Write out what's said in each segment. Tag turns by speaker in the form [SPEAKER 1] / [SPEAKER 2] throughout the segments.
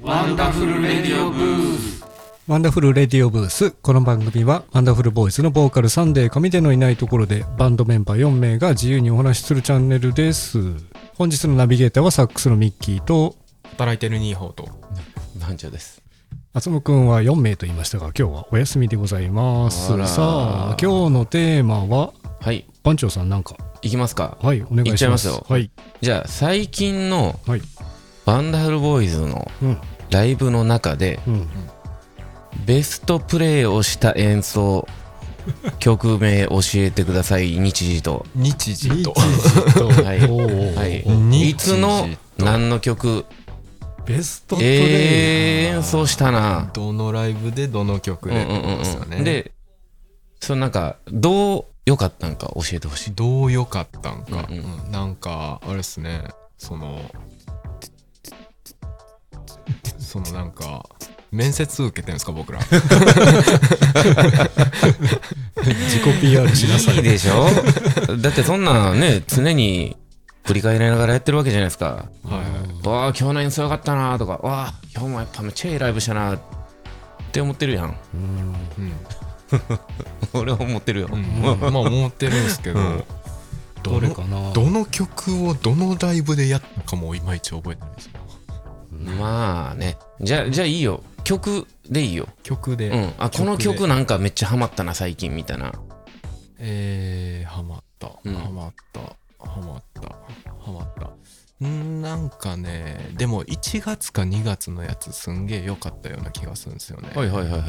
[SPEAKER 1] ワンダフルレディオブース
[SPEAKER 2] ワンダフルレディオブース。この番組は、ワンダフルボーイズのボーカルサンデー上でのいないところで、バンドメンバー4名が自由にお話しするチャンネルです。本日のナビゲーターはサックスのミッキーと、
[SPEAKER 3] 働いてるニーホーと
[SPEAKER 4] 団長です。
[SPEAKER 2] あつむくんは4名と言いましたが、今日はお休みでございます。
[SPEAKER 4] あら
[SPEAKER 2] さあ、今日のテーマは、
[SPEAKER 4] はい、
[SPEAKER 2] 番長さんなんか、
[SPEAKER 4] 行きますか。
[SPEAKER 2] はい、お願いします。
[SPEAKER 4] いっちゃいますよ
[SPEAKER 2] はい、
[SPEAKER 4] じゃあ、最近の
[SPEAKER 2] はい、
[SPEAKER 4] ワンダフルボーイズの
[SPEAKER 2] うん、
[SPEAKER 4] ライブの中で、
[SPEAKER 2] うん。
[SPEAKER 4] ベストプレイをした演奏、曲名教えてください、日時と。
[SPEAKER 3] 日時と
[SPEAKER 4] はい
[SPEAKER 2] おー
[SPEAKER 4] はい
[SPEAKER 3] 日時
[SPEAKER 4] いつの何の曲、
[SPEAKER 2] ベストプレイ。
[SPEAKER 4] えー演奏したな。
[SPEAKER 3] どのライブでどの曲
[SPEAKER 4] うんう
[SPEAKER 3] で
[SPEAKER 4] ん
[SPEAKER 3] ってことですよ
[SPEAKER 4] うんう
[SPEAKER 3] ね
[SPEAKER 4] ん。で、そのなんか、どう良かったんか教えてほしい。
[SPEAKER 3] どう良かったんか、
[SPEAKER 4] うんう
[SPEAKER 3] うんなんかあれですねそのそのなんか面接受けてるんですか 僕ら
[SPEAKER 2] 自己 PR しなさい。
[SPEAKER 4] いいでしょだってそんなね、常に振り返りながらやってるわけじゃないですか。
[SPEAKER 3] はい
[SPEAKER 4] わあ今日の演奏よかったなとかわあ今日もやっぱめっちゃいいライブしたなって思ってるやん
[SPEAKER 3] うん、
[SPEAKER 4] 俺は思ってるよ、
[SPEAKER 3] うんまあ思ってるんですけど、
[SPEAKER 2] どれかな
[SPEAKER 3] どの曲をどのライブでやったかもいまいち覚えてないですよ
[SPEAKER 4] まあねじゃあじゃあいいよ曲でいいよ、
[SPEAKER 3] 曲で、
[SPEAKER 4] うん、あこの
[SPEAKER 3] 曲で
[SPEAKER 4] 曲なんかめっちゃハマったな最近みたいな
[SPEAKER 3] えー、ハマった、
[SPEAKER 4] うん
[SPEAKER 3] ハマった、ハマった、ハマった。んーなんかね、でも1月か2月のやつすんげえ良かったような気がするんですよね。
[SPEAKER 4] はいはいはいはいはい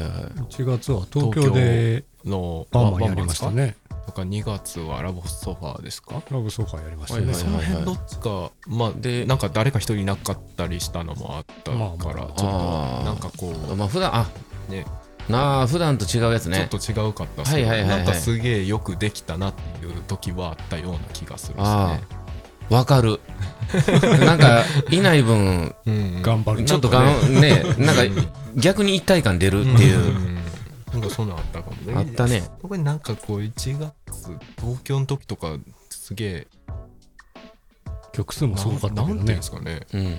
[SPEAKER 2] ?1 月は東京で
[SPEAKER 3] の
[SPEAKER 2] バーマンやりました。
[SPEAKER 3] バーマンで
[SPEAKER 2] ね。
[SPEAKER 3] すかとか2月はラボソファーですか
[SPEAKER 2] ラブソファーやりました
[SPEAKER 4] は
[SPEAKER 2] ね
[SPEAKER 4] いはい
[SPEAKER 3] その辺どっちか、まあ、で、なんか誰か一人いなかったりしたのもあったから、
[SPEAKER 2] まあまあ
[SPEAKER 3] ちょっと、
[SPEAKER 4] あー
[SPEAKER 3] なんかこう、
[SPEAKER 4] まあ普段あ
[SPEAKER 3] ね
[SPEAKER 4] なあ普段と違うやつね
[SPEAKER 3] ちょっと違うかったっすけど
[SPEAKER 4] はいはいはいはい
[SPEAKER 3] なんかすげえよくできたなっていう時はあったような気がするんです
[SPEAKER 4] あ
[SPEAKER 3] ね。
[SPEAKER 4] あわか るなんかいない分
[SPEAKER 3] うんうん
[SPEAKER 2] 頑張る
[SPEAKER 4] ちょっとがんねなんか逆に一体感出るっていう、
[SPEAKER 3] なんかそんなんあったかもね
[SPEAKER 4] あったね
[SPEAKER 3] 特になんかこう1月東京の時とかすげえ
[SPEAKER 2] 曲数もすごかった
[SPEAKER 3] な
[SPEAKER 2] けど
[SPEAKER 3] んて
[SPEAKER 2] ね
[SPEAKER 3] いうんで。すかね
[SPEAKER 4] うん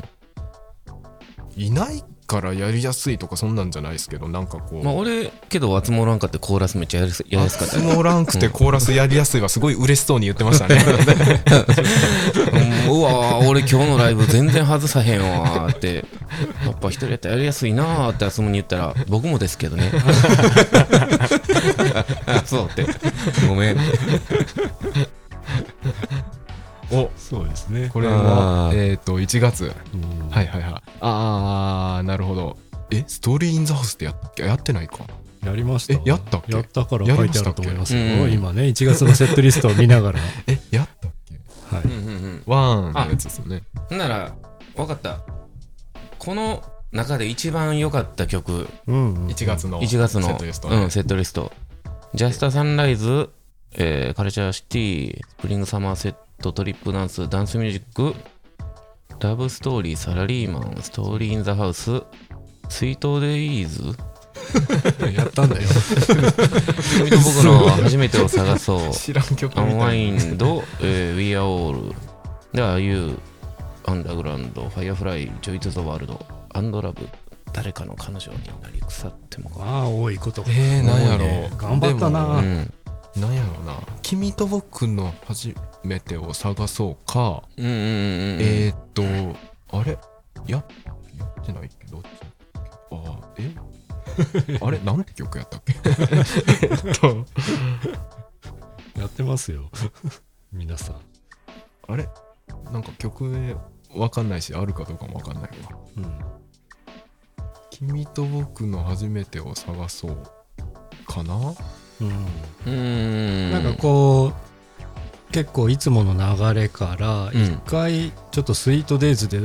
[SPEAKER 3] いないからやりやすいとかそんなんじゃないですけどなんかこう、
[SPEAKER 4] まあ、俺けど「わつもらんか」ってコーラスめっちゃやりやりやすかったね
[SPEAKER 3] 相撲ランクってコーラスやりやすいはすごい嬉しそうに言ってましたね
[SPEAKER 4] うんうわー俺今日のライブ全然外さへんわーってやっぱ一人やったらやりやすいなーってあつむに言ったら僕もですけどね あそうって ごめん
[SPEAKER 3] お
[SPEAKER 2] そうですね。
[SPEAKER 3] これは
[SPEAKER 4] あー
[SPEAKER 3] えっ、と1月
[SPEAKER 2] うん
[SPEAKER 3] はいはいはいああなるほどえストーリーインザハウスってやっいややってないか
[SPEAKER 2] やりました。
[SPEAKER 3] えやったっけ
[SPEAKER 2] やったから書いてあると思いますよ
[SPEAKER 4] やりましたっ。け
[SPEAKER 2] 今ね、1月のセットリストを見ながら。
[SPEAKER 3] えやったっけ
[SPEAKER 2] はい
[SPEAKER 4] うんうん
[SPEAKER 3] ワンのやつですよね
[SPEAKER 4] うんなら分かったこの中で一番良かった曲
[SPEAKER 2] うん
[SPEAKER 3] 1月の
[SPEAKER 4] 1月の
[SPEAKER 3] セットですと
[SPEAKER 4] うん、セットリストジャスタサンライズ、えーカルチャーシティスプリングサマーセットトリップダンスダンスミュージックラブストーリーサラリーマンストーリーインザハウススイートデイズ
[SPEAKER 2] やったんだよ。
[SPEAKER 4] 君と僕の初めてを探 そう
[SPEAKER 3] 知らん曲み
[SPEAKER 4] アンワ
[SPEAKER 3] たい
[SPEAKER 4] インド、えー、We Are All で Are You アンダーグラウンドファイアフライジョイト・ザ・ワールドアンドラブ誰かの彼女になり腐っても
[SPEAKER 2] まあ、多いこと。
[SPEAKER 3] えー、なんやろ
[SPEAKER 2] 多
[SPEAKER 3] う、
[SPEAKER 2] いね頑張ったな
[SPEAKER 4] う
[SPEAKER 3] で
[SPEAKER 4] ん
[SPEAKER 3] もなんやろうな「君と僕の初めてを探そうか」
[SPEAKER 4] うんうんうんうん
[SPEAKER 3] えー、っとあれややってないけどあーえあれなんて曲やったっけえっと
[SPEAKER 2] やってますよ。 皆さん。
[SPEAKER 3] あれなんか曲名わかんないしあるかどうかもわかんないわ
[SPEAKER 2] うん
[SPEAKER 3] 「君と僕の初めてを探そう」かな
[SPEAKER 2] うん
[SPEAKER 4] うん
[SPEAKER 2] なんかこう、結構いつもの流れから、
[SPEAKER 4] うん
[SPEAKER 2] 一回、ちょっとスイートデイズで、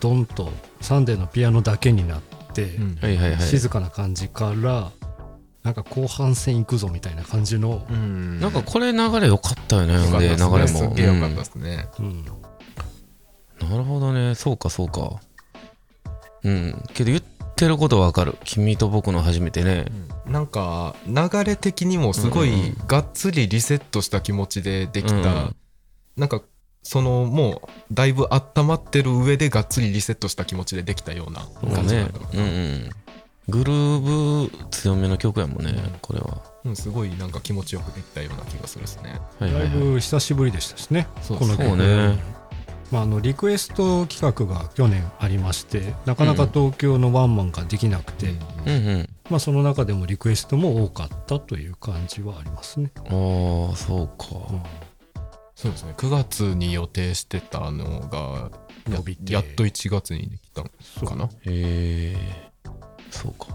[SPEAKER 2] ドンと、サンデーのピアノだけになって、
[SPEAKER 3] ん
[SPEAKER 4] はいはいはい。
[SPEAKER 2] 静かな感じから、なんか後半戦行くぞみたいな感じの、
[SPEAKER 3] ん
[SPEAKER 4] なんかこれ流れ良かったよね、
[SPEAKER 3] よか
[SPEAKER 4] ほ
[SPEAKER 3] っ
[SPEAKER 4] んで流れ
[SPEAKER 3] た
[SPEAKER 4] も。
[SPEAKER 3] っすねすっげえよかったですね、
[SPEAKER 2] うん
[SPEAKER 4] うんなるほどね、そうかそうか。うん、けど言ってることわかる。君と僕の初めてね。
[SPEAKER 3] なんか流れ的にもすご
[SPEAKER 4] うんうんう
[SPEAKER 3] いがっつりリセットした気持ちでできた、
[SPEAKER 4] うんうん
[SPEAKER 3] なんかそのもうだいぶ温まってる上でがっつりリセットした気持ちでできたような感じだ
[SPEAKER 4] ね
[SPEAKER 3] ったか
[SPEAKER 4] うん
[SPEAKER 3] ら、
[SPEAKER 4] うんグルーブ強めの曲やもんねこれは
[SPEAKER 3] うん、すごいなんか気持ちよくできたような気がするですね
[SPEAKER 4] はいは
[SPEAKER 2] だ
[SPEAKER 4] い
[SPEAKER 2] い
[SPEAKER 4] はい
[SPEAKER 2] ぶ久しぶりでしたしね、
[SPEAKER 3] そう
[SPEAKER 2] この
[SPEAKER 4] そう
[SPEAKER 2] 曲、
[SPEAKER 4] ね
[SPEAKER 2] まあ、あのリクエスト企画が去年ありましてなかなか東京のワンマンができなくて、
[SPEAKER 4] うんうん
[SPEAKER 2] まあ、その中でもリクエストも多かったという感じはありますね。
[SPEAKER 4] ああそうか
[SPEAKER 3] そうですね9月に予定してたのがや
[SPEAKER 2] 伸びて
[SPEAKER 3] やっと1月にできたのかな
[SPEAKER 4] へえそうか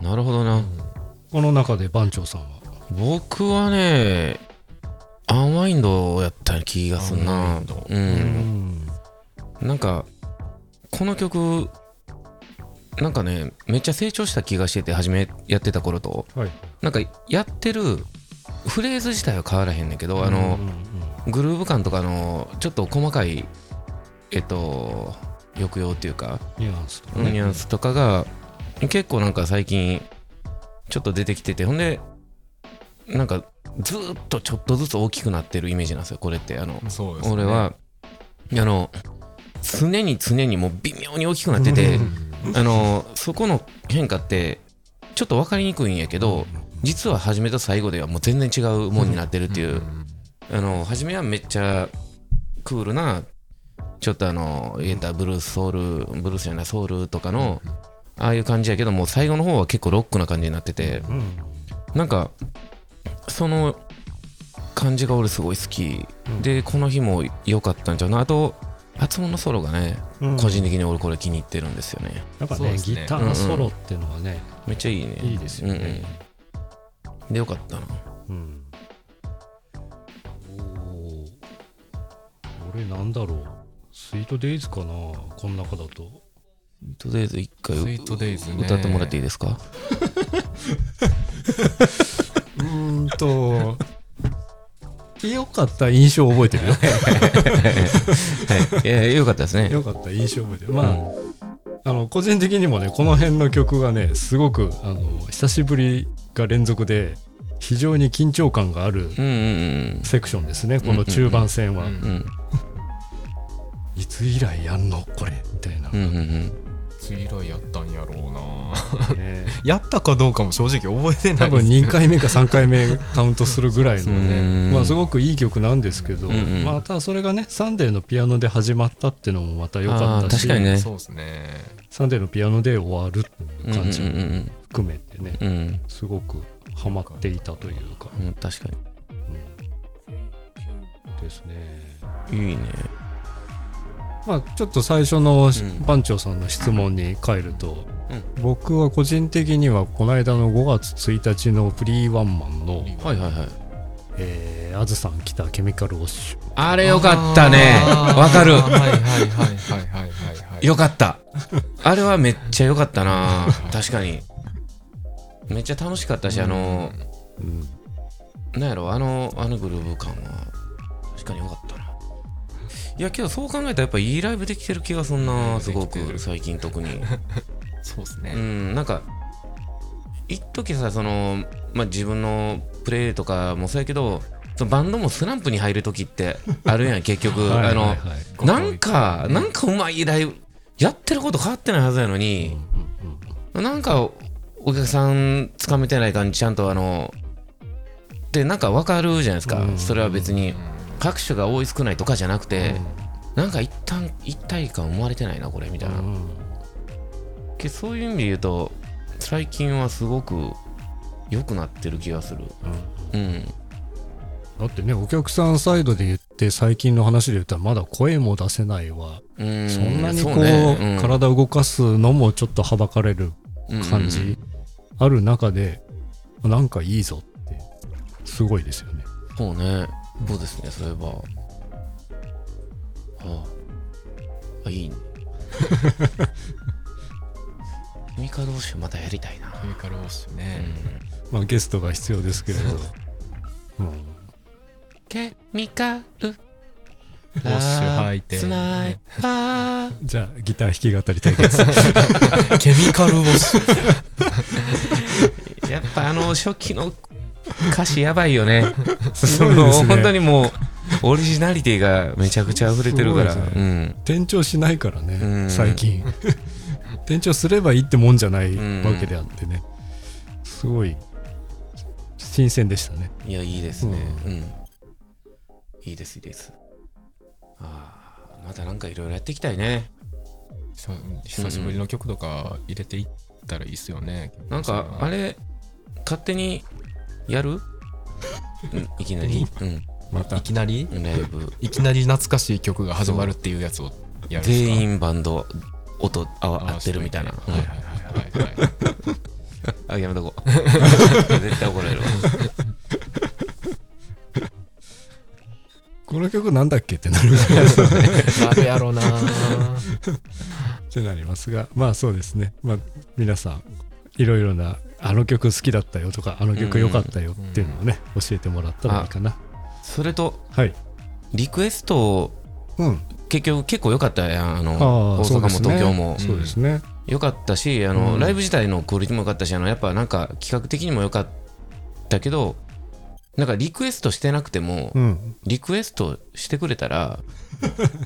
[SPEAKER 4] なるほどな、
[SPEAKER 2] この中で番長さんは
[SPEAKER 4] 僕はねアンワインドやった気がすん
[SPEAKER 3] アン
[SPEAKER 4] な
[SPEAKER 3] ワインド
[SPEAKER 4] う、
[SPEAKER 2] うんん
[SPEAKER 4] なんかこの曲なんかねめっちゃ成長した気がしてて初めやってた頃と
[SPEAKER 2] はい
[SPEAKER 4] なんかやってるフレーズ自体は変わらへんねんけどあの
[SPEAKER 2] うん
[SPEAKER 4] グルーヴ感とかのちょっと細かいえっと抑揚っていうか
[SPEAKER 2] ニュアンスとか
[SPEAKER 4] ニ
[SPEAKER 2] ね
[SPEAKER 4] ュアンスとかが結構なんか最近ちょっと出てきててほんでなんかずーっとちょっとずつ大きくなってるイメージなんですよこれってあの
[SPEAKER 3] そうですね
[SPEAKER 4] 俺はあの常に常にもう微妙に大きくなっててあのそこの変化ってちょっと分かりにくいんやけど実は初めと最後ではもう全然違うもんになってるっていうあの初めはめっちゃクールなちょっとあの言えたブルースソウルブルースじゃないソウルとかのああいう感じやけどもう最後の方は結構ロックな感じになってて
[SPEAKER 2] うん
[SPEAKER 4] なんかその感じが俺すごい好きでこの日も良かったんちゃうなあと発音のソロがね
[SPEAKER 2] うん
[SPEAKER 4] 個人的に俺これ気に入ってるんですよね
[SPEAKER 2] やっぱ
[SPEAKER 3] そう
[SPEAKER 2] ね
[SPEAKER 3] です
[SPEAKER 2] ギ
[SPEAKER 3] ね
[SPEAKER 2] ターソロっていうのはね
[SPEAKER 4] めっちゃいいね
[SPEAKER 2] いいですよね
[SPEAKER 4] うんうんでよかったな
[SPEAKER 2] うんおー俺なんだろうスイートデイズかなこの中だと
[SPEAKER 4] とりあえず一回
[SPEAKER 3] スイートデイズね
[SPEAKER 4] 歌ってもらっていいですか
[SPEAKER 2] うーんと良かった印象を覚えてるよ
[SPEAKER 4] はいいやよかったですね
[SPEAKER 2] 良かった印象覚えてるまあ、あの個人的にもねこの辺の曲がねすごくあの久しぶりが連続で非常に緊張感がある
[SPEAKER 4] うんうん
[SPEAKER 2] セクションですねこの中盤戦は、
[SPEAKER 3] うん
[SPEAKER 4] うんうん
[SPEAKER 2] いつ以来やんのこれみたいな、
[SPEAKER 4] う
[SPEAKER 2] ね
[SPEAKER 4] んうんうん
[SPEAKER 3] 次以来やったんやろうな やったかどうかも正直覚えてな
[SPEAKER 2] 多
[SPEAKER 3] い
[SPEAKER 2] 分2回目か3回目カウントするぐらいの
[SPEAKER 4] うん
[SPEAKER 2] ね、まあ、すごくいい曲なんですけど、
[SPEAKER 4] うんうん
[SPEAKER 2] またそれがね「サンデーのピアノ」で始まったってのもまた良か
[SPEAKER 4] あ
[SPEAKER 2] っ
[SPEAKER 4] ー
[SPEAKER 2] たし
[SPEAKER 4] 確かにね
[SPEAKER 3] そうですね
[SPEAKER 2] 「サンデーのピアノ」で終わる感じ
[SPEAKER 4] うん
[SPEAKER 2] も
[SPEAKER 4] うん
[SPEAKER 2] 含めてね
[SPEAKER 4] うんうん
[SPEAKER 2] すごくハマっていたというか、
[SPEAKER 4] うんうん確か
[SPEAKER 2] ですね。
[SPEAKER 4] にいいね
[SPEAKER 2] まあ、ちょっと最初の
[SPEAKER 4] うん
[SPEAKER 2] 番長さんの質問に帰ると、
[SPEAKER 4] う
[SPEAKER 2] 僕は個人的にはこの間の5月1日のフリーワンマンの
[SPEAKER 4] はいはいはい
[SPEAKER 2] 「えーあずさん来たケミカルウォッシュ
[SPEAKER 4] あれよかったねわかる
[SPEAKER 3] はいはいはいはいはいはいはい
[SPEAKER 4] よかったあれはめっちゃよかったな確かにめっちゃ楽しかったしあの」
[SPEAKER 2] うん
[SPEAKER 4] なんやろあのあのグルーヴ感は確かによかったないやけどそう考えたらやっぱいいライブできてる気がすんなすご
[SPEAKER 3] できて
[SPEAKER 4] く
[SPEAKER 3] る
[SPEAKER 4] 最近特に
[SPEAKER 3] そうです
[SPEAKER 4] う
[SPEAKER 3] ね
[SPEAKER 4] んなんか一時さその、まあ、自分のプレイとかもそうやけどそのバンドもスランプに入る時ってあるやん結局
[SPEAKER 2] はい
[SPEAKER 4] あ
[SPEAKER 2] は
[SPEAKER 4] の
[SPEAKER 2] いはい
[SPEAKER 4] なんかなんかうまいライブやってること変わってないはずやのに、なんかお客さんつかめてない感じちゃんとあのでなんか分かるじゃないですか、
[SPEAKER 2] うん
[SPEAKER 4] それは別に拍手が多い少ないとかじゃなくて、なんか一旦一体感生まれてないなこれみたいな、
[SPEAKER 2] うん
[SPEAKER 4] けそういう意味で言うと最近はすごく良くなってる気がするうん
[SPEAKER 2] だってねお客さんサイドで言って最近の話で言ったらまだ声も出せないわ、
[SPEAKER 4] うん
[SPEAKER 2] そんなにこう
[SPEAKER 4] そねうん
[SPEAKER 2] 体を動かすのもちょっとはばかれる感
[SPEAKER 4] うんうんうん
[SPEAKER 2] じある中でなんかいいぞってすごいですよね。
[SPEAKER 4] そうねそうですねそういえばあああいい ねケミカルウォッシュまたやりたいな
[SPEAKER 3] ケミカルウォッシュ
[SPEAKER 4] う
[SPEAKER 3] ね
[SPEAKER 4] ん
[SPEAKER 2] まあ、ゲストが必要ですけれど。うん
[SPEAKER 4] ケミカル
[SPEAKER 3] ウォッシュ履いて
[SPEAKER 4] スナイパー
[SPEAKER 2] じゃあギター弾き語り対 決
[SPEAKER 3] ケミカルウォッシュ
[SPEAKER 4] やっぱあの初期の歌詞やばいよね。
[SPEAKER 2] すごい
[SPEAKER 4] も
[SPEAKER 2] で
[SPEAKER 4] う
[SPEAKER 2] すね
[SPEAKER 4] 本当にもうオリジナリティがめちゃくちゃ溢れてるから、
[SPEAKER 2] すごいです
[SPEAKER 4] うん
[SPEAKER 2] 転調しないからね、
[SPEAKER 4] うん
[SPEAKER 2] 最近 転調すればいいってもんじゃない
[SPEAKER 4] うん
[SPEAKER 2] わけであってね、すごい新鮮でしたね
[SPEAKER 4] いやいいですねうん、いいですいいですああまたなんかいろいろやっていきたいね
[SPEAKER 3] そう久しぶりの曲とか入れていったらいいっすよね。
[SPEAKER 4] なんかあ
[SPEAKER 3] れ
[SPEAKER 4] れ勝手にやる、うん、いきなり、
[SPEAKER 2] また
[SPEAKER 3] いきなり
[SPEAKER 4] うん、ライブ
[SPEAKER 3] いきなり懐かしい曲が始まるっていうやつをやるんですか
[SPEAKER 4] 全員バンド音合
[SPEAKER 3] あ
[SPEAKER 4] わ
[SPEAKER 3] ー
[SPEAKER 4] 合ってるみたいな
[SPEAKER 3] そううねはいはいはいはいはい。
[SPEAKER 4] あやめとこ う絶対怒られるわ
[SPEAKER 2] この曲なんだっけってなる
[SPEAKER 3] 誰やろ な
[SPEAKER 2] ってなりますがまあそうですねまあ皆さんいろいろなあの曲好きだったよとかあの曲良かったよっていうのをね、教えてもらったらいいかな
[SPEAKER 4] それと
[SPEAKER 2] はい
[SPEAKER 4] リクエストを
[SPEAKER 2] うん
[SPEAKER 4] 結局結構良かったやんあの
[SPEAKER 2] ああ
[SPEAKER 4] 大
[SPEAKER 2] そうで
[SPEAKER 4] 阪も
[SPEAKER 2] すね
[SPEAKER 4] 東京も
[SPEAKER 2] そうですね、
[SPEAKER 4] 良かったしあの、ライブ自体のクオリティも良かったしあのやっぱなんか企画的にも良かったけどなんかリクエストしてなくても、
[SPEAKER 2] うん
[SPEAKER 4] リクエストしてくれ たら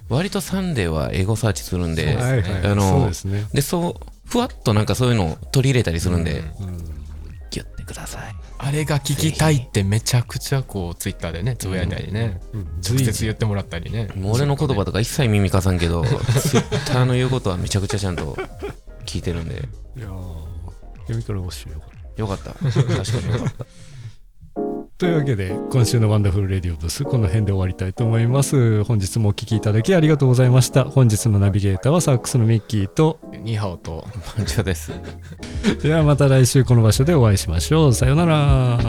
[SPEAKER 4] 割と「サンデー」はエゴサーチするんで
[SPEAKER 2] はいはい
[SPEAKER 4] あ
[SPEAKER 2] そう
[SPEAKER 4] の
[SPEAKER 2] ですね、
[SPEAKER 4] でそうふわっとなんかそういうのを取り入れたりするんで、
[SPEAKER 2] うん
[SPEAKER 4] ギュッてください
[SPEAKER 3] あれが聞きたいってめちゃくちゃこうツイッターでねつぶやいたりね、直接言ってもらったりね
[SPEAKER 4] もう俺の言葉とか一切耳貸さんけどツイッターの言うことはめちゃくちゃちゃんと聞いてるんで
[SPEAKER 2] いやー読み取り募集よかった
[SPEAKER 4] よ かった確かに よかった
[SPEAKER 2] というわけで今週のワンダフルレディオブースこの辺で終わりたいと思います本日もお聞きいただきありがとうございました本日のナビゲーターはサックスのミッキーと
[SPEAKER 3] ニーハオ と
[SPEAKER 4] パンチョです
[SPEAKER 2] ではまた来週この場所でお会いしましょうさようなら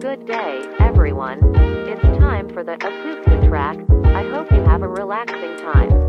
[SPEAKER 5] Good day, everyone. It's time for the Asuka track. I hope you have a relaxing time.